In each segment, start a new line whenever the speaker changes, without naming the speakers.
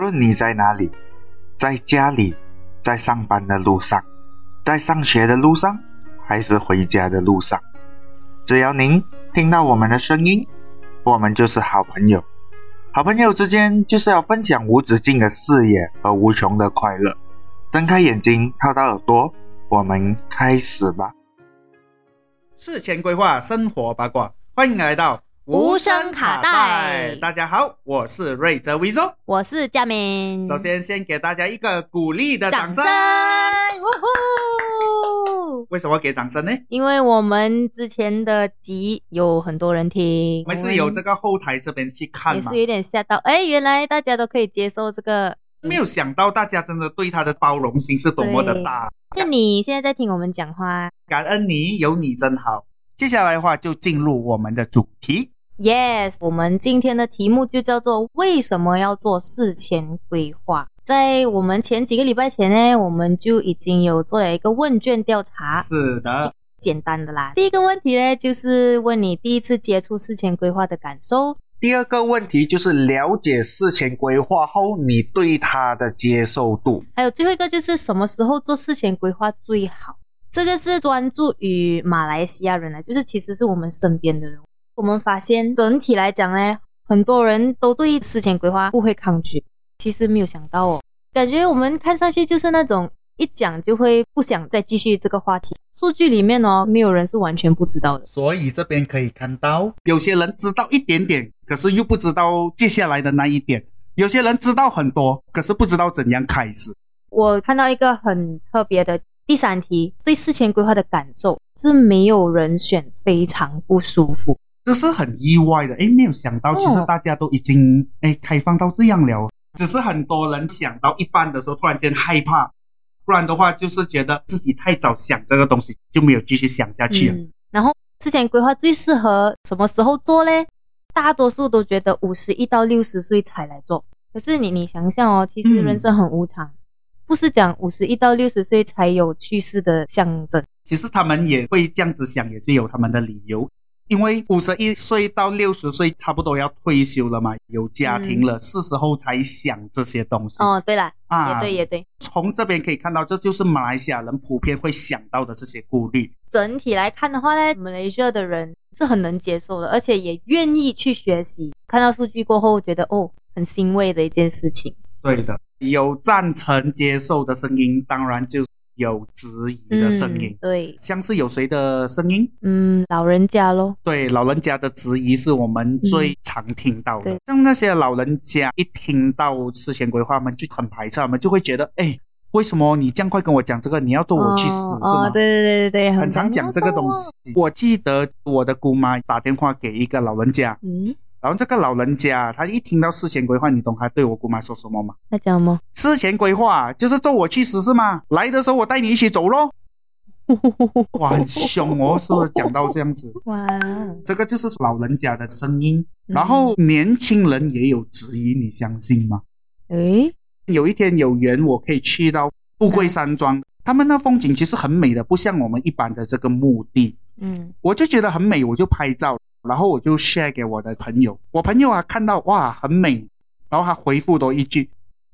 论你在哪里，在家里，在上班的路上，在上学的路上，还是回家的路上，只要您听到我们的声音，我们就是好朋友。好朋友之间就是要分享无止境的视野和无穷的快乐。睁开眼睛，掏掏耳朵，我们开始吧。
事前规划，生活八卦，欢迎来到
无声卡带
大家好，我是瑞泽维州。
我是佳明。
首先，先给大家一个鼓励的嗯掌
掌
声
声，。呜呼！
为什么给掌声呢？
因为我们之前的集有很多人听，
我们是有这个后台这边去
我
看
们也
嘛
是，有点吓到，哎，原来大家都可以接受这个。
没有想到大家真的对他的包容心是多么的大，
是你现在在听我们讲话，
感恩你，有你真好。接下来的话就进入我们的主题。
Yes，我们今天的题目就叫做“为什么要做事前规划”。在我们前几个礼拜前呢，我们就已经有做了一个问卷调查，
是的，
简单的啦。第一个问题呢，就是问你第一次接触事前规划的感受。
第二个问题就是了解事前规划后，你对它的接受度。
还有最后一个就是什么时候做事前规划最好？这个是专注于马来西亚人呢，就是其实是我们身边的人。我们发现整体来讲呢，很多人都对事前规划不会抗拒。其实没有想到哦，感觉我们看上去就是那种一讲就会不想再继续这个话题。数据里面哦，没有人是完全不知道的。
所以这边可以看到，有些人知道一点点，可是又不知道接下来的那一点；有些人知道很多，可是不知道怎样开始。
我看到一个很特别的第三题，对事前规划的感受是没有人选，非常不舒服。
这是很意外的，诶，没有想到，
哦
其实大家都已经诶开放到这样了，只是很多人想到一半的时候，突然间害怕，不然的话就是觉得自己太早想这个东西，就没有继续想下去了。
嗯。然后事前规划最适合什么时候做嘞？大多数都觉得五十一到六十岁才来做。可是你你想想哦，其实
嗯
人生很无常，不是讲五十一到六十岁才有去世的象征。
其实他们也会这样子想，也是有他们的理由。因为五十一岁到六十岁，差不多要退休了嘛，有家庭了，是时候才想这些东西。
嗯哦，对啦，
啊
也对也对。
从这边可以看到，这就是马来西亚人普遍会想到的这些顾虑。
整体来看的话呢，马来西亚的人是很能接受的，而且也愿意去学习。看到数据过后，觉得哦，很欣慰的一件事情。
对的，有赞成接受的声音，当然就有质疑的声音
嗯，。对，
像是有谁的声音？
嗯，老人家咯，
对，老人家的质疑是我们最常听到的。
嗯对
像那些老人家一听到事前规划，他们就很排斥，他们就会觉得，哎，为什么你这样快跟我讲这个？你要做我去死、是
哦
吗？
哦，对对对对对，
很常讲这个东西。我记得我的姑妈打电话给一个老人家，
嗯，
然后这个老人家他一听到事前规划，你懂他对我姑妈说什么吗？
他讲什么？
事前规划就是做我去死是吗？来的时候我带你一起走咯。 哇，很凶哦，是不是讲到这样子？
哇，
这个就是老人家的声音，
嗯
然后年轻人也有质疑，你相信吗？
嗯诶，
有一天有缘，我可以去到富贵山庄，他们那风景其实很美的，不像我们一般的这个墓地，
嗯，
我就觉得很美，我就拍照，然后我就 share 给我的朋友，我朋友啊看到哇很美，然后他回复多一句，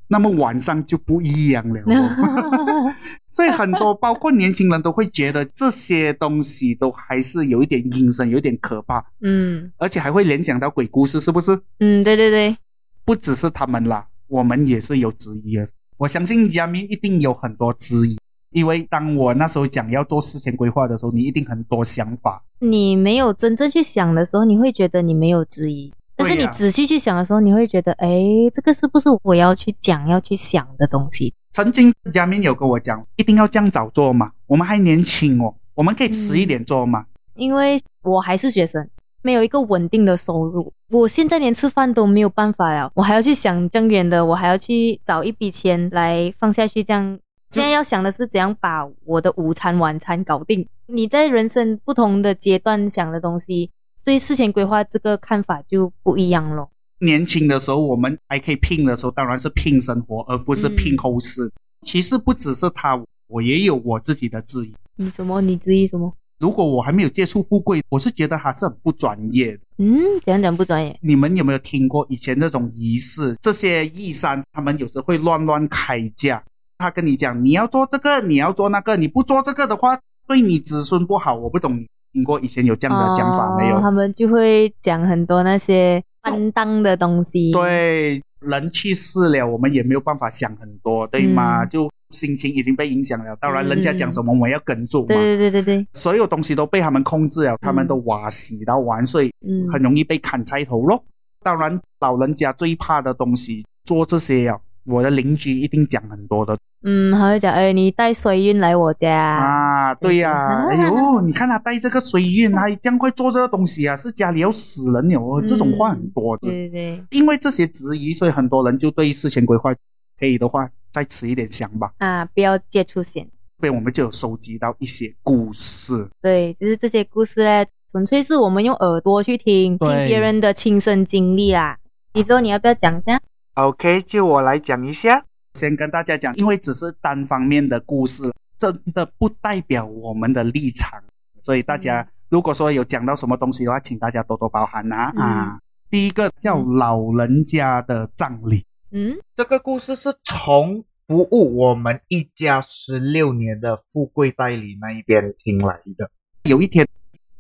那么晚上就不一样 了哦、所以很多包括年轻人都会觉得这些东西都还是有一点阴森，有一点可怕。
嗯
而且还会联想到鬼故事，是不是？
嗯，对对对，
不只是他们啦，我们也是有质疑的。我相信佳明一定有很多质疑，因为当我那时候讲要做事前规划的时候，你一定很多想法。
你没有真正去想的时候，你会觉得你没有质疑；但是
对
你
呀
仔细去想的时候，你会觉得，诶，这个是不是我要去讲、要去想的东西？
曾经佳明有跟我讲，一定要这样早做嘛，我们还年轻哦，我们可以迟一点做嘛。
因为我还是学生，没有一个稳定的收入，我现在连吃饭都没有办法了，我还要去想更远的，我还要去找一笔钱来放下去，这样。现在要想的是怎样把我的午餐、晚餐搞定。你在人生不同的阶段想的东西，对事前规划这个看法就不一样咯。
年轻的时候，我们还可以拼的时候，当然是拼生活，而不是拼
嗯
后事。其实不只是他，我也有我自己的质疑。
你什么？你质疑什么？
如果我还没有接触富贵，我是觉得他是很不专业的。
嗯，讲讲不专业，
你们有没有听过以前那种仪式？这些义山他们有时会乱乱开价，他跟你讲你要做这个，你要做那个，你不做这个的话，对你子孙不好。我不懂，你听过以前有这样的讲法没有？
哦他们就会讲很多那些肮当的东西。，嗯
对，人去世了，我们也没有办法想很多，对吗？
嗯
就心情已经被影响了，当然
嗯
人家讲什么我们要跟住嘛。
对嗯对对对对，
所有东西都被他们控制了，他们都瓦洗到完，所以
嗯，
很容易被砍柴头咯。当然，老人家最怕的东西做这些啊，我的邻居一定讲很多的
嗯，还会讲，哎，你带水运来我家，
啊，对呀、
真
哎
是
呦， 你看他带这个水运，他这样快做这个东西啊，是家里要死人了哦，这种话很多的。
对对对，
因为这些质疑，所以很多人就对事前规划，可以的话再迟一点想吧。
啊，不要接触险。
这边我们就有收集到一些故事，
对，就是这些故事嘞，纯粹是我们用耳朵去听，听
对
别人的亲身经历啦。李周，你要不要讲一下？
OK，就我来讲一下。
先跟大家讲，因为只是单方面的故事，真的不代表我们的立场，所以大家
嗯
如果说有讲到什么东西的话，请大家多多包涵啊、
嗯
啊！第一个叫老人家的葬礼，
嗯，
这个故事是从服务我们一家十六年的富贵代理那一边听来的。
有一天，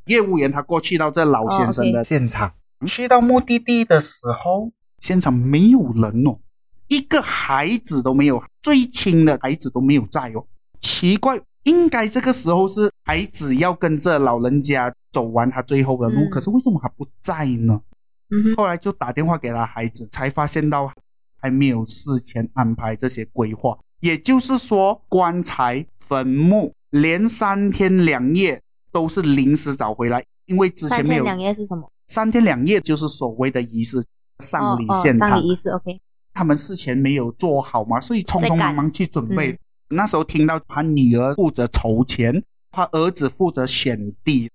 业务员他过去到这老先生
嗯哦
的
现场去到目的地的时候，
现场没有人哦，一个孩子都没有，最亲的孩子都没有在哦，奇怪，应该这个时候是孩子要跟着老人家走完他最后的路，
嗯
可是为什么他不在呢？
嗯哼
后来就打电话给他孩子，才发现到还没有事前安排这些规划，也就是说，棺材、坟墓连三天两夜都是临时找回来，因为之
三
前没
天
有
两夜是什么？
三天两夜就是所谓的仪式丧礼
哦哦
现场，
丧礼仪式，OK。
他们事前没有做好嘛，所以匆匆
在赶
忙忙去准备。
嗯
那时候听到他女儿负责筹钱，他儿子负责选地，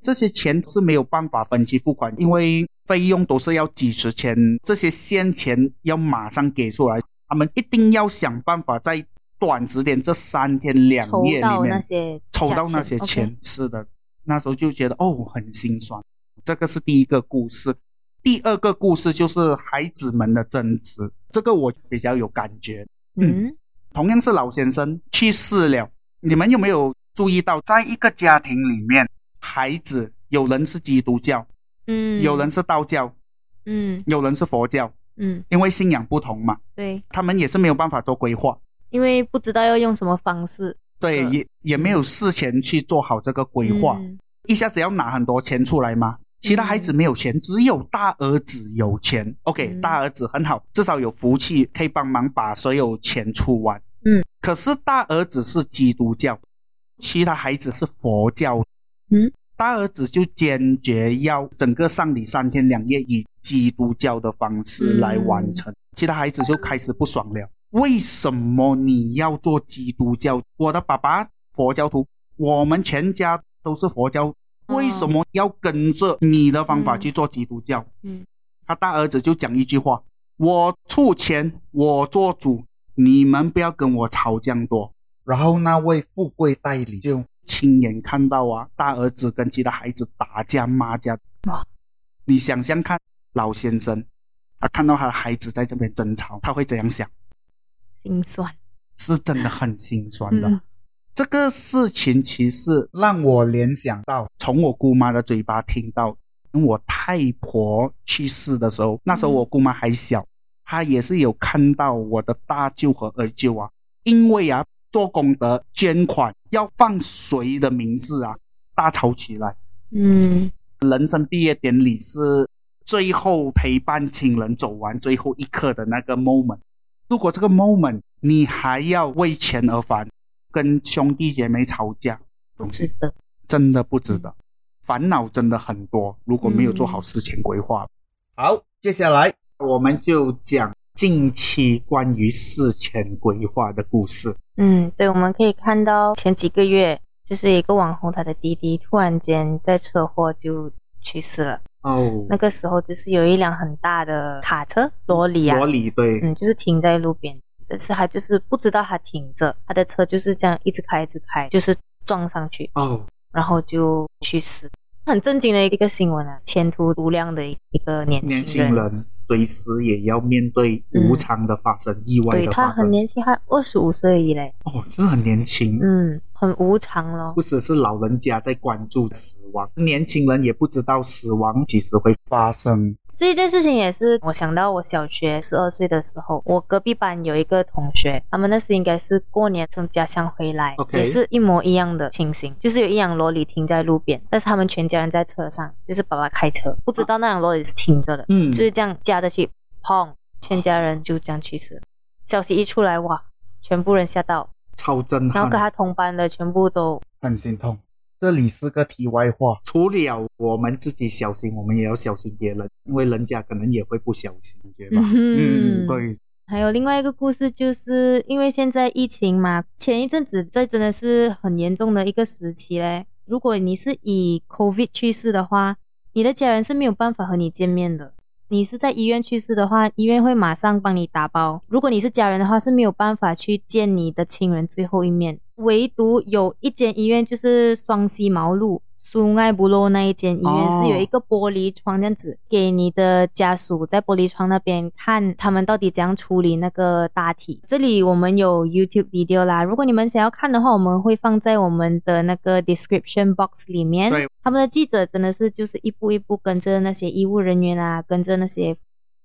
这些钱是没有办法分期付款，因为费用都是要几十千，这些现钱要马上给出来，他们一定要想办法在短时间这三天两
抽
夜里
到那
面
些
抽
假
到那些钱。
，OK
是的，那时候就觉得哦很心酸。这个是第一个故事，第二个故事就是孩子们的争执，这个我比较有感觉。嗯
嗯，
同样是老先生去世了，你们有没有注意到，在一个家庭里面，孩子有人是基督教，
嗯，
有人是道教，
嗯
有人是佛教，
嗯，
因为信仰不同嘛，
对，
他们也是没有办法做规划。
因为不知道要用什么方式
对，
嗯
也也没有事前去做好这个规划，
嗯
一下子要拿很多钱出来吗？其他孩子没有钱，只有大儿子有钱。OK，、
嗯
大儿子很好，至少有福气，可以帮忙把所有钱出完。
嗯，
可是大儿子是基督教，其他孩子是佛教。
嗯，
大儿子就坚决要整个丧礼三天两夜以基督教的方式来完成，
嗯
其他孩子就开始不爽了。为什么你要做基督教？我的爸爸佛教徒，我们全家都是佛教，
哦
为什么要跟着你的方法
嗯
去做基督教？
嗯，
他大儿子就讲一句话：我出钱，我做主，你们不要跟我吵这样多。
然后那位富贵代理就
亲眼看到啊，大儿子跟其他孩子打架骂架。
哇！
你想想看，老先生，他看到他的孩子在这边争吵，他会怎样想？
心酸
是真的很心酸的。
嗯
这个事情其实
让我联想到
从我姑妈的嘴巴听到，我太婆去世的时候，那时候我姑妈还小，她也是有看到我的大舅和二舅啊，因为啊做功德捐款要放谁的名字啊，大吵起来。
嗯
人生毕业典礼是最后陪伴亲人走完最后一刻的那个 moment。如果这个 moment 你还要为钱而烦，跟兄弟姐妹吵架，
不值得。
真的不值得，烦恼真的很多。如果没有做好事前规划，
好，接下来
嗯我们就讲近期关于事前规划的故事。
嗯，对，我们可以看到前几个月，就是一个网红，他的弟弟突然间在车祸就去世了。
哦
那个时候就是有一辆很大的卡车罗里啊，
罗里对，
嗯，就是停在路边，但是他就是不知道他停着，他的车就是这样一直开一直开，就是撞上去。
哦，
然后就去世，很震惊的一个新闻啊，前途无量的一个年
年
轻人，
轻人随时也要面对无常的发生、意外
对
的
他
发
很
生。
年轻，还二十五岁而已嘞，
哦，真的很年轻。
嗯，很无常咯
不。只是老人家在关注死亡，年轻人也不知道死亡几时会发生。
这一件事情也是我想到我小学十二岁的时候，我隔壁班有一个同学，他们那时应该是过年从家乡回来
OK
也是一模一样的情形，就是有一辆罗里停在路边，但是他们全家人在车上，就是爸爸开车，不知道那辆罗里是停着的，
嗯
就是这样夹着去，砰，全家人就这样去世了。消息一出来，哇，全部人吓到，
超震
然后跟
撼。
他同班的全部都
很心痛。这里是个题外话，除了我们自己小心，我们也要小心别人，因为人家可能也会不小心，你觉得吧？
嗯
对，
还有另外一个故事，就是因为现在疫情嘛，前一阵子这真的是很严重的一个时期嘞。如果你是以 COVID 去世的话，你的家人是没有办法和你见面的。你是在医院去世的话，医院会马上帮你打包；如果你是家人的话，是没有办法去见你的亲人最后一面。唯独有一间医院，就是双溪茅路苏爱布洛那一间医院，
哦
是有一个玻璃窗这样子，给你的家属在玻璃窗那边看他们到底怎样处理那个大体。这里我们有 YouTube video 啦，如果你们想要看的话，我们会放在我们的那个 description box 里面。
对
他们的记者真的是就是一步一步跟着那些医务人员啊，跟着那些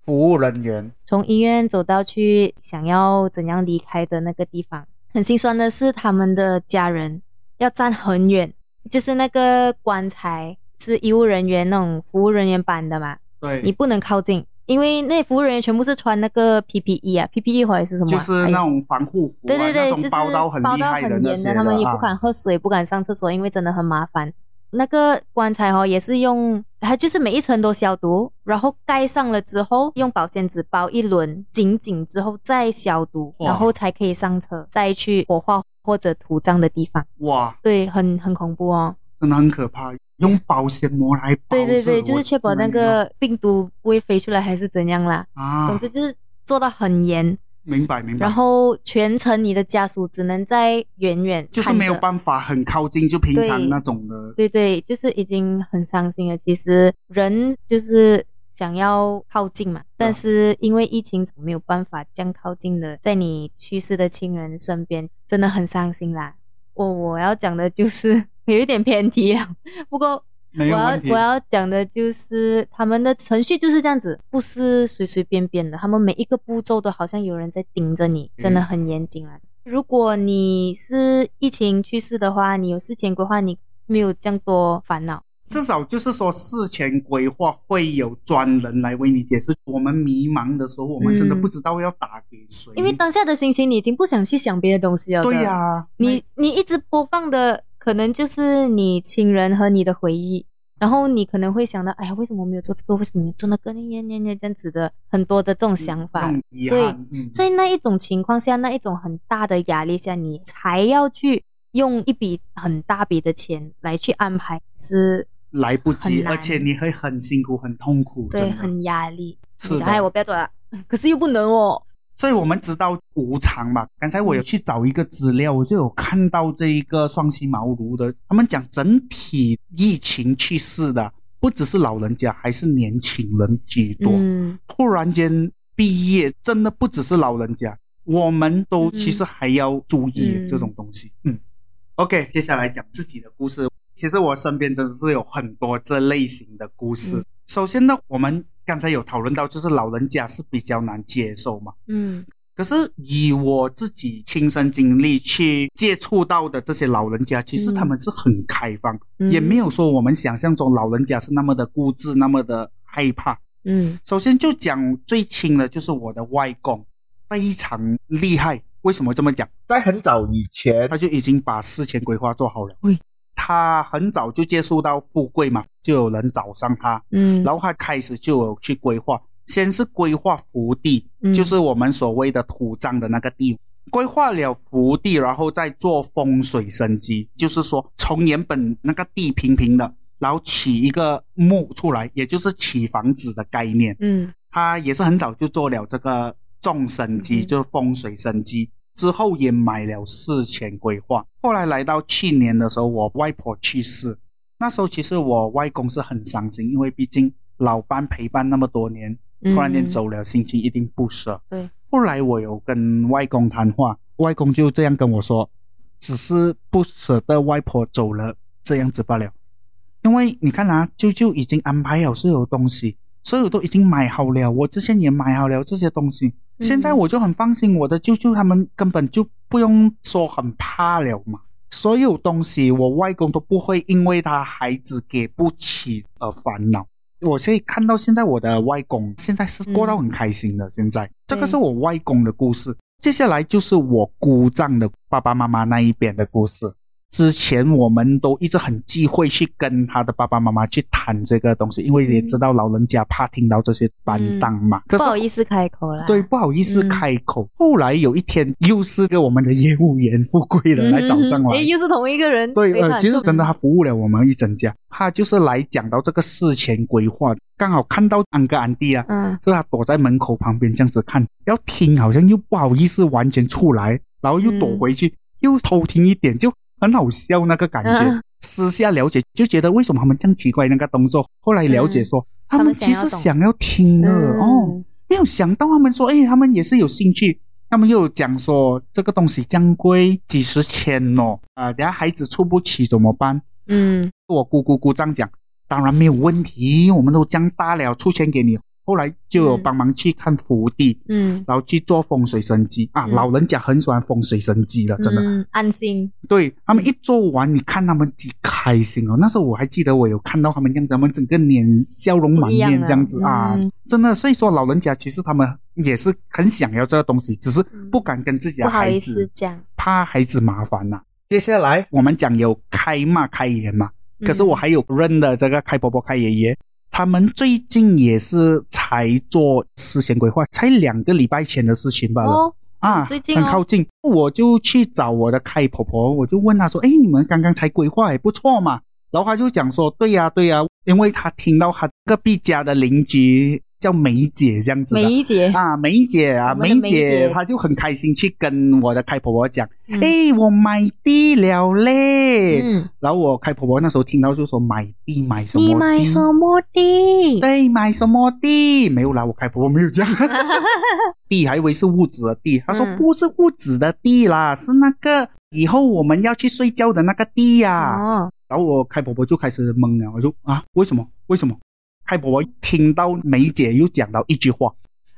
服务人员
从医院走到去想要怎样离开的那个地方。很心酸的是，他们的家人要站很远，就是那个棺材是医务人员那种服务人员版的嘛，
对
你不能靠近，因为那服务人员全部是穿那个 PPE 啊，PPE 或者是什么啊、
就是
哎
那种防护服、啊，
对对对，
那
就是
种包到很厉害
包到很
那
严
些
他们也不敢
啊。
喝水，不敢上厕所，因为真的很麻烦。那个棺材哦，也是用，它就是每一层都消毒，然后盖上了之后，用保鲜纸包一轮，紧紧之后再消毒，
哇
然后才可以上车，再去火化或者土葬的地方。
哇，
对，很很恐怖哦。
真的很可怕，用保鲜膜来包
对对
着
对，
我嗯
就是确保那个病毒不会飞出来还是怎样啦。
啊，嗯
总之就是做到很严，
明白明白。
然后全程你的家属只能在远远
就是
看
没有
着
办法很靠近，就平
对
常那种的，
对对，就是已经很伤心了。其实人就是想要靠近嘛，但是因为疫情没有办法这样靠近的，在你去世的亲人身边，真的很伤心啦。我我要讲的就是 有一点偏题了，不过我
没有
要
问题。
我要讲的就是他们的程序就是这样子，不是随随便便的，他们每一个步骤都好像有人在盯着你，真的很严谨啊。
嗯
如果你是疫情去世的话，你有事前规划，你没有这样多烦恼。
至少就是说，事前规划会有专人来为你解释。我们迷茫的时候，我们真的
嗯
不知道要打给谁，
因为当下的心情，你已经不想去想别的东西了的。
嗯对啊呀、
你你一直播放的可能就是你亲人和你的回忆，然后你可能会想到，哎呀，为什么没有做这个？为什么没有做那个？那那那那这样子的很多的这种想
那
法
种，遗
所以
憾，嗯，
在那一种情况下，那一种很大的压力下，你才要去用一笔很大笔的钱来去安排，是
来不
很
及，
难
而且你会很辛苦、很痛苦，
对
真的。
很压力。
是的
你讲哎，我不要做了， 可是又不能哦。
所以我们知道无常嘛。刚才我
嗯
有去找一个资料，我就有看到这一个双溪茅庐的，他们讲整体疫情去世的，不只是老人家，还是年轻人居多。
嗯，
突然间毕业，真的不只是老人家，我们都
嗯
其实还要注意
嗯
这种东西。嗯 o k 接下来讲自己的故事。其实我身边真的是有很多这类型的故事。
嗯
首先呢，我们刚才有讨论到，就是老人家是比较难接受嘛。
嗯
可是以我自己亲身经历去接触到的这些老人家，其实
嗯
他们是很开放，
嗯
也没有说我们想象中老人家是那么的固执，那么的害怕。
嗯
首先就讲最亲的，就是我的外公，非常厉害。为什么这么讲？
在很早以前
他，就已经把事前规划做好了
喂。
他很早就接触到富贵嘛，就有人找上他，
嗯，
然后他开始就有去规划，先是规划福地，
嗯
就是我们所谓的土葬的那个地。规划了福地，然后再做风水升级，就是说从原本那个地平平的，然后起一个墓出来，也就是起房子的概念。
嗯
他也是很早就做了这个种生机，
嗯
就是风水生机。之后也买了事前规划。后来来到去年的时候，我外婆去世，那时候其实我外公是很伤心，因为毕竟老伴陪伴那么多年，突然间
嗯
走了，心情一定不舍。
对，
后来我有跟外公谈话，外公就这样跟我说，只是不舍得外婆走了这样子罢了。因为你看啊，舅舅已经安排好所有东西，所有都已经买好了，我之前也买好了这些东西，
嗯
现在我就很放心，我的舅舅他们根本就不用说很怕了嘛。所有东西我外公都不会因为他孩子给不起而烦恼。我现在看到现在我的外公现在是过到很开心的，现在这个是我外公的故事。接下来就是我姑丈的爸爸妈妈那一边的故事。之前我们都一直很忌讳去跟他的爸爸妈妈去谈这个东西，因为也知道老人家怕听到这些板当嘛。可
不
是
好意思开口啦。
对，不好意思
嗯
开口。后来有一天，又是个我们的业务员富贵的
嗯，哎
来找上来，
诶又是同一个人。
对，
非
呃，
常
其实
重
真的他服务了我们一整家。他就是来讲到这个事前规划，刚好看到安哥安迪啊，
嗯，
就是他躲在门口旁边这样子看，要听好像又不好意思完全出来，然后又躲回去，又偷听一点，就很好笑那个感觉。
嗯
私下了解就觉得为什么他们这样奇怪那个动作，后来了解说、
嗯他们
们其
想
实
要懂
想要听的、
嗯
哦。没有想到他们说，哎，他们也是有兴趣。他们又有讲说这个东西将贵几十千哦，啊、等下孩子出不起怎么办？
嗯，
我姑姑姑丈讲，当然没有问题，我们都这样大了，出钱给你。后来就有
嗯
帮忙去看福地，
嗯，
然后去做风水生机啊，
嗯
老人家很喜欢风水生机的，真的。
嗯安心。
对他们一做完，你看他们几开心哦！那时候我还记得，我有看到他们样子，他们整个脸笑容满
不一
面
样了
这样子啊，
嗯
真的。所以说，老人家其实他们也是很想要这个东西，只是不敢跟自己
不
的
好
孩
意
子，
思讲，
怕孩子麻烦呐、接下来我们讲有开嘛开爷嘛，
嗯
可是我还有认的这个开伯伯开爷爷，他们最近也是才做事前规划，才两个礼拜前的事情罢了。
哦，
啊，
最近
很
哦
靠近，我就去找我的开婆婆，我就问她说：“哎，你们刚刚才规划也不错嘛。”然后她就讲说：“对呀、对呀、因为她听到她隔壁家的邻居叫梅姐这样子的
梅姐，
啊，梅姐啊，
我们的梅
姐，
姐
她就很开心去跟我的开婆婆讲：‘
嗯
哎、我买地了嘞。
嗯，
然后我开婆婆那时候听到就说：“买地买什么地？
你买什么的？
对，买什么地？没有啦，我开婆婆没有这样。”地，还以为是物质的地。他说
嗯
不是物质的地啦，是那个以后我们要去睡觉的那个地呀、
哦，
然后我开婆婆就开始懵了，我就啊，为什么？为什么？开婆婆听到梅姐又讲到一句话，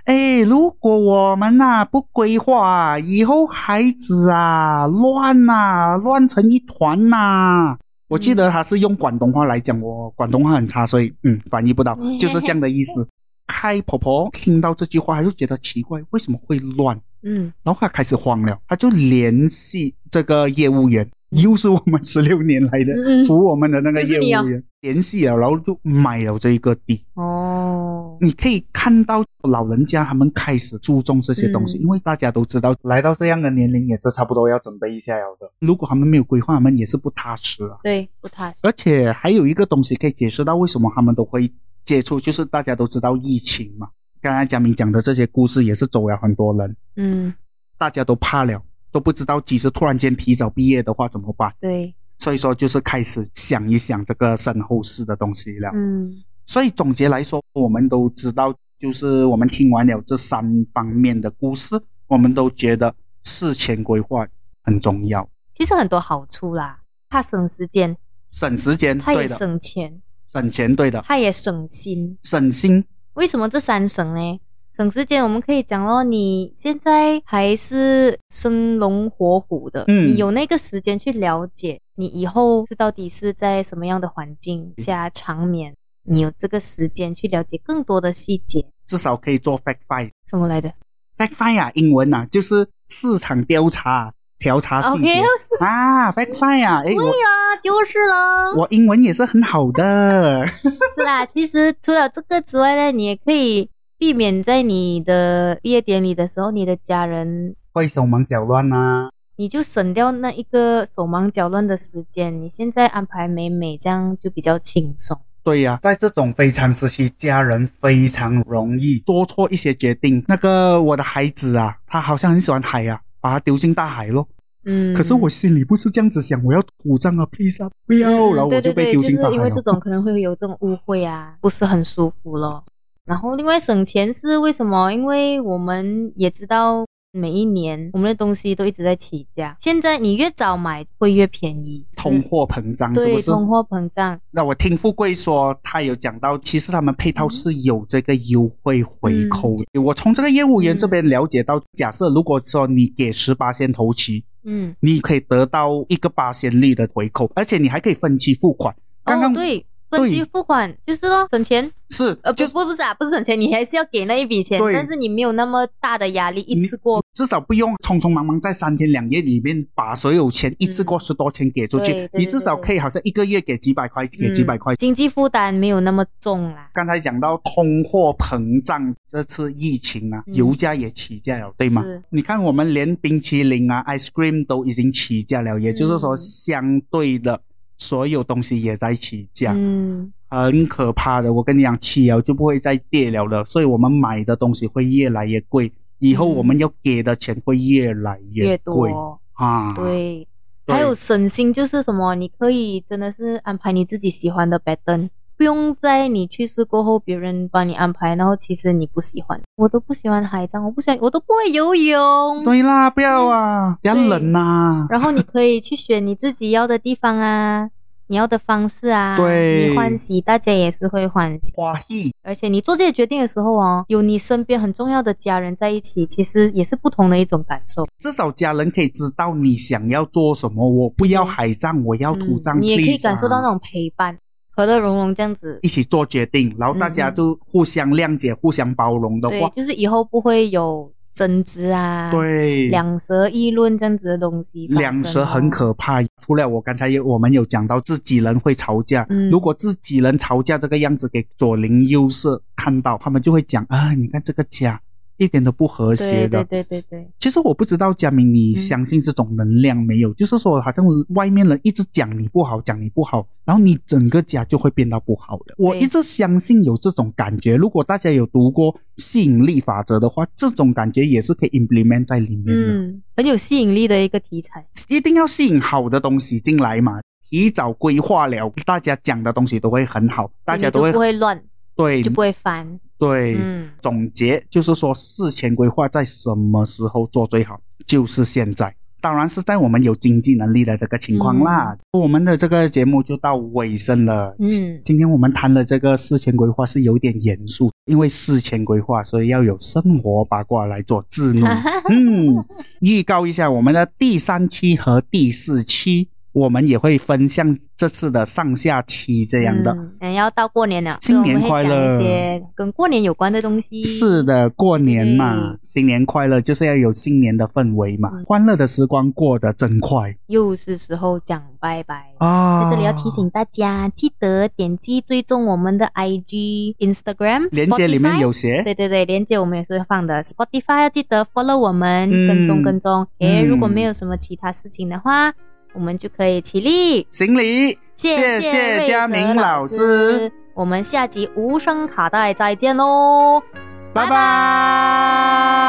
哎，如果我们呐、不规划啊，以后孩子啊乱呐、乱成一团呐、我记得她是用广东话来讲，我广东话很差，所以嗯翻译不到，就是这样的意思。开婆婆听到这句话，她就觉得奇怪，为什么会乱？
嗯，
然后他开始慌了，他就联系这个业务员，又是我们十六年来的
嗯嗯
服务我们的那个
就是
业务
你哦
员，联系了，然后就买了这一个地。
哦，
你可以看到老人家他们开始注重这些东西，
嗯
因为大家都知道，来到这样的年龄也是差不多要准备一下了的。如果他们没有规划，他们也是不踏实啊。
对，不踏实。
而且还有一个东西可以解释到为什么他们都会接触，就是大家都知道疫情嘛。刚才佳明讲的这些故事也是走了很多人，
嗯，
大家都怕了，都不知道几时突然间提早毕业的话怎么办，
对，
所以说就是开始想一想这个身后事的东西了。
嗯
所以总结来说，我们都知道，就是我们听完了这三方面的故事，我们都觉得事前规划很重要，，
其实很多好处啦，它省时间，
省时间，
它
对
也
的，
省钱，
省钱，对的，
它也省心。
省心，
为什么这三省呢？省时间，我们可以讲咯，你现在还是生龙活虎的，
嗯
你有那个时间去了解你以后是到底是在什么样的环境下长眠，你有这个时间去了解更多的细节，
至少可以做 fact find。
什么来的
fact find 啊，英文啊，就是市场调查调查细节
OK
啊，fact find 啊，诶，我
啊，就是啦，
我英文也是很好的，
是啦，其实除了这个之外呢，你也可以避免在你的毕业典礼的时候，你的家人
会手忙脚乱啊呐、
你就省掉那一个手忙脚乱的时间，你现在安排美美，这样就比较轻松。
对呀、在这种非常时期，家人非常容易做错一些决定。那个我的孩子啊，他好像很喜欢海啊，把它丢进大海咯。
嗯，
可是我心里不是这样子想，我要土葬啊，please 啊，不要，
嗯
然后我就被丢进大海
对对对就是因
了。
为这种可能会有这种误会啊，不是很舒服咯。然后另外省钱是为什么？因为我们也知道每一年我们的东西都一直在起价，现在你越早买会越便宜。
通货膨胀是
对
不是？
通货膨胀，
那我听富贵说，他有讲到，其实他们配套是有这个优惠回扣
嗯
的。我从这个业务员这边了解到，假设如果说你给十八先头期，
嗯，
你可以得到一个八仙利的回扣，而且你还可以分期付款。刚刚、
哦对。分期
对
付款就是咯，省钱，
是
呃，不
就是
不不是啊，不是省钱，你还是要给那一笔钱，
对
但是你没有那么大的压力，一次过，
至少不用匆匆忙忙在三天两夜里面把所有钱一次过十多千给出
对
去
对，对
你至少
对
可以好像一个月给几百块，给几百块
嗯，经济负担没有那么重啦。
刚才讲到通货膨胀，这次疫情啊，
嗯
油价也起价了，对吗
是？
你看我们连冰淇淋啊、ice cream 都已经起价了，也就是说，
嗯
相对的所有东西也在起价，
嗯，
很可怕的。我跟你讲，起了就不会再跌了的，所以我们买的东西会越来越贵，以后
嗯
我们要给的钱会越来
越
贵
多，
啊。
对，
对
还有省心就是什么，你可以真的是安排你自己喜欢的 pattern，不用在你去世过后别人帮你安排，然后其实你不喜欢。我都不喜欢海葬，我不喜欢，我都不会游 泳。
对啦，不要啊，要
对
冷啊呐、
然后你可以去选你自己要的地方啊，你要的方式啊，
对
你欢喜，大家也是会欢喜。
花艺
而且你做这些决定的时候哦，有你身边很重要的家人在一起，其实也是不同的一种感受。
至少家人可以知道你想要做什么。我不要海葬，我要土葬、
嗯，你也可以
please 啊
感受到那种陪伴，和乐融融这样子
一。起做决定，然后大
嗯
家都互相谅解、互相包容的
对，
话，
就是以后不会有争执啊，，
对，
两舌议论这样子的东西发生哦。
两舌很可怕。除了我刚才有我们有讲到自己人会吵架，
嗯
如果自己人吵架这个样子给左邻右舍看到，他们就会讲啊，你看这个家一点都不和谐
对
的
对。对对对，
其实我不知道佳明，你
嗯
相信这种能量没有？就是说，好像外面人一直讲你不好，讲你不好，然后你整个家就会变到不好的。我一直相信有这种感觉。如果大家有读过吸引力法则的话，这种感觉也是可以 implement 在里面的。
嗯，很有吸引力的一个题材。
一定要吸引好的东西进来嘛。提早规划了，大家讲的东西都会很好，大家都
你
会
就不会乱，
对
就不会烦。
对。
嗯，
总结就是说，事前规划在什么时候做最好，就是现在。当然是在我们有经济能力的这个情况啦。我们的这个节目就到尾声了。
嗯
今天我们谈的这个事前规划是有点严肃，因为事前规划，所以要有生活八卦来做智 能。嗯，预告一下，我们的第三期和第四期，我们也会分享这次的上下期这
这
样的。
嗯，嗯要到过年了，
新年
所以我们会
快乐
讲一些跟过年有关的东西。
是，的，过年嘛
对，
新年快乐，就是要有新年的氛围嘛。
嗯
欢乐的时光过得真快
又是时候讲拜拜。
啊！
在这里要提醒，大家，记得点击追踪我们的 IG、Instagram，
链接里面
Spotify
有写，
对对对，链接我们也是会放的。Spotify 要记得 follow 我们，
嗯
跟踪跟踪。诶，
嗯
如果没有什么其他事情的话，我们就可以起立。
行礼，谢
谢
谢佳明
老
老师，，
我们下集无声卡带再见喽，
拜拜。
拜